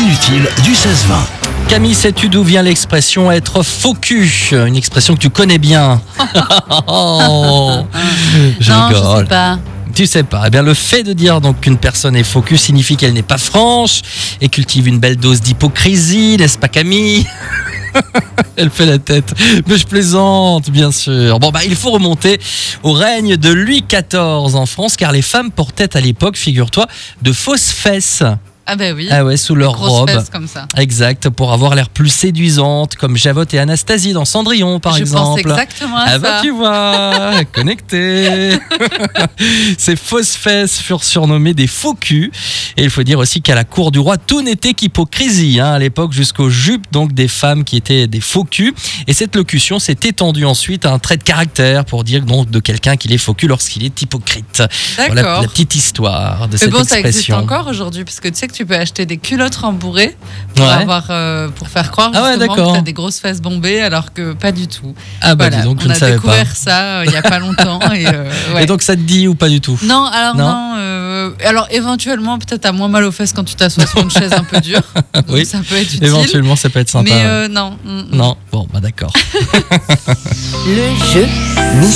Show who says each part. Speaker 1: fil du 16-20.
Speaker 2: Camille, sais-tu d'où vient l'expression être faux cul Une expression que tu connais bien. Oh, je
Speaker 3: non, je
Speaker 2: rigole.
Speaker 3: sais pas.
Speaker 2: Tu sais pas. Eh bien, le fait de dire donc qu'une personne est faux cul signifie qu'elle n'est pas franche et cultive une belle dose d'hypocrisie, n'est-ce pas, Camille Elle fait la tête. Mais je plaisante, bien sûr. Bon, bah, il faut remonter au règne de Louis XIV en France, car les femmes portaient à l'époque, figure-toi, de fausses fesses.
Speaker 3: Ah ben oui.
Speaker 2: Ah ouais, sous leur
Speaker 3: Grosse
Speaker 2: robe.
Speaker 3: fesse comme ça.
Speaker 2: Exact, pour avoir l'air plus séduisante, comme Javotte et Anastasie dans Cendrillon, par
Speaker 3: je pense
Speaker 2: exemple.
Speaker 3: exactement à
Speaker 2: Ah
Speaker 3: ça.
Speaker 2: bah tu vois, connecté. Ces fausses fesses furent surnommées des faux culs. Et il faut dire aussi qu'à la cour du roi, tout n'était qu'hypocrisie. hein, à l'époque, jusqu'aux jupes donc des femmes qui étaient des faux culs. Et cette locution s'est étendue ensuite à un trait de caractère pour dire donc de quelqu'un qu'il est faux cul lorsqu'il est hypocrite.
Speaker 3: D'accord.
Speaker 2: Voilà la petite histoire de
Speaker 3: Mais
Speaker 2: cette
Speaker 3: bon, ça existe
Speaker 2: expression.
Speaker 3: encore aujourd'hui, parce que tu sais que tu peux acheter des culottes rembourrées pour,
Speaker 2: Ouais.
Speaker 3: avoir, euh, pour faire croire
Speaker 2: Ah ouais,
Speaker 3: justement
Speaker 2: d'accord.
Speaker 3: que t'as des grosses fesses bombées, alors que pas du tout.
Speaker 2: Ah bah
Speaker 3: voilà,
Speaker 2: dis donc, je
Speaker 3: on
Speaker 2: ne
Speaker 3: a
Speaker 2: savais pas.
Speaker 3: découvert ça euh, il y a pas longtemps. et, euh, ouais.
Speaker 2: Et donc ça te dit ou pas du tout
Speaker 3: non, alors
Speaker 2: Non.
Speaker 3: non. euh, alors éventuellement, peut-être t'as moins mal aux fesses quand tu t'assois sur une chaise un peu dure. Donc
Speaker 2: Oui.
Speaker 3: ça peut être utile.
Speaker 2: Éventuellement, ça peut être sympa.
Speaker 3: Mais
Speaker 2: ouais.
Speaker 3: euh, non. mm, mm.
Speaker 2: Non, bon, bah d'accord.
Speaker 4: Le jeu.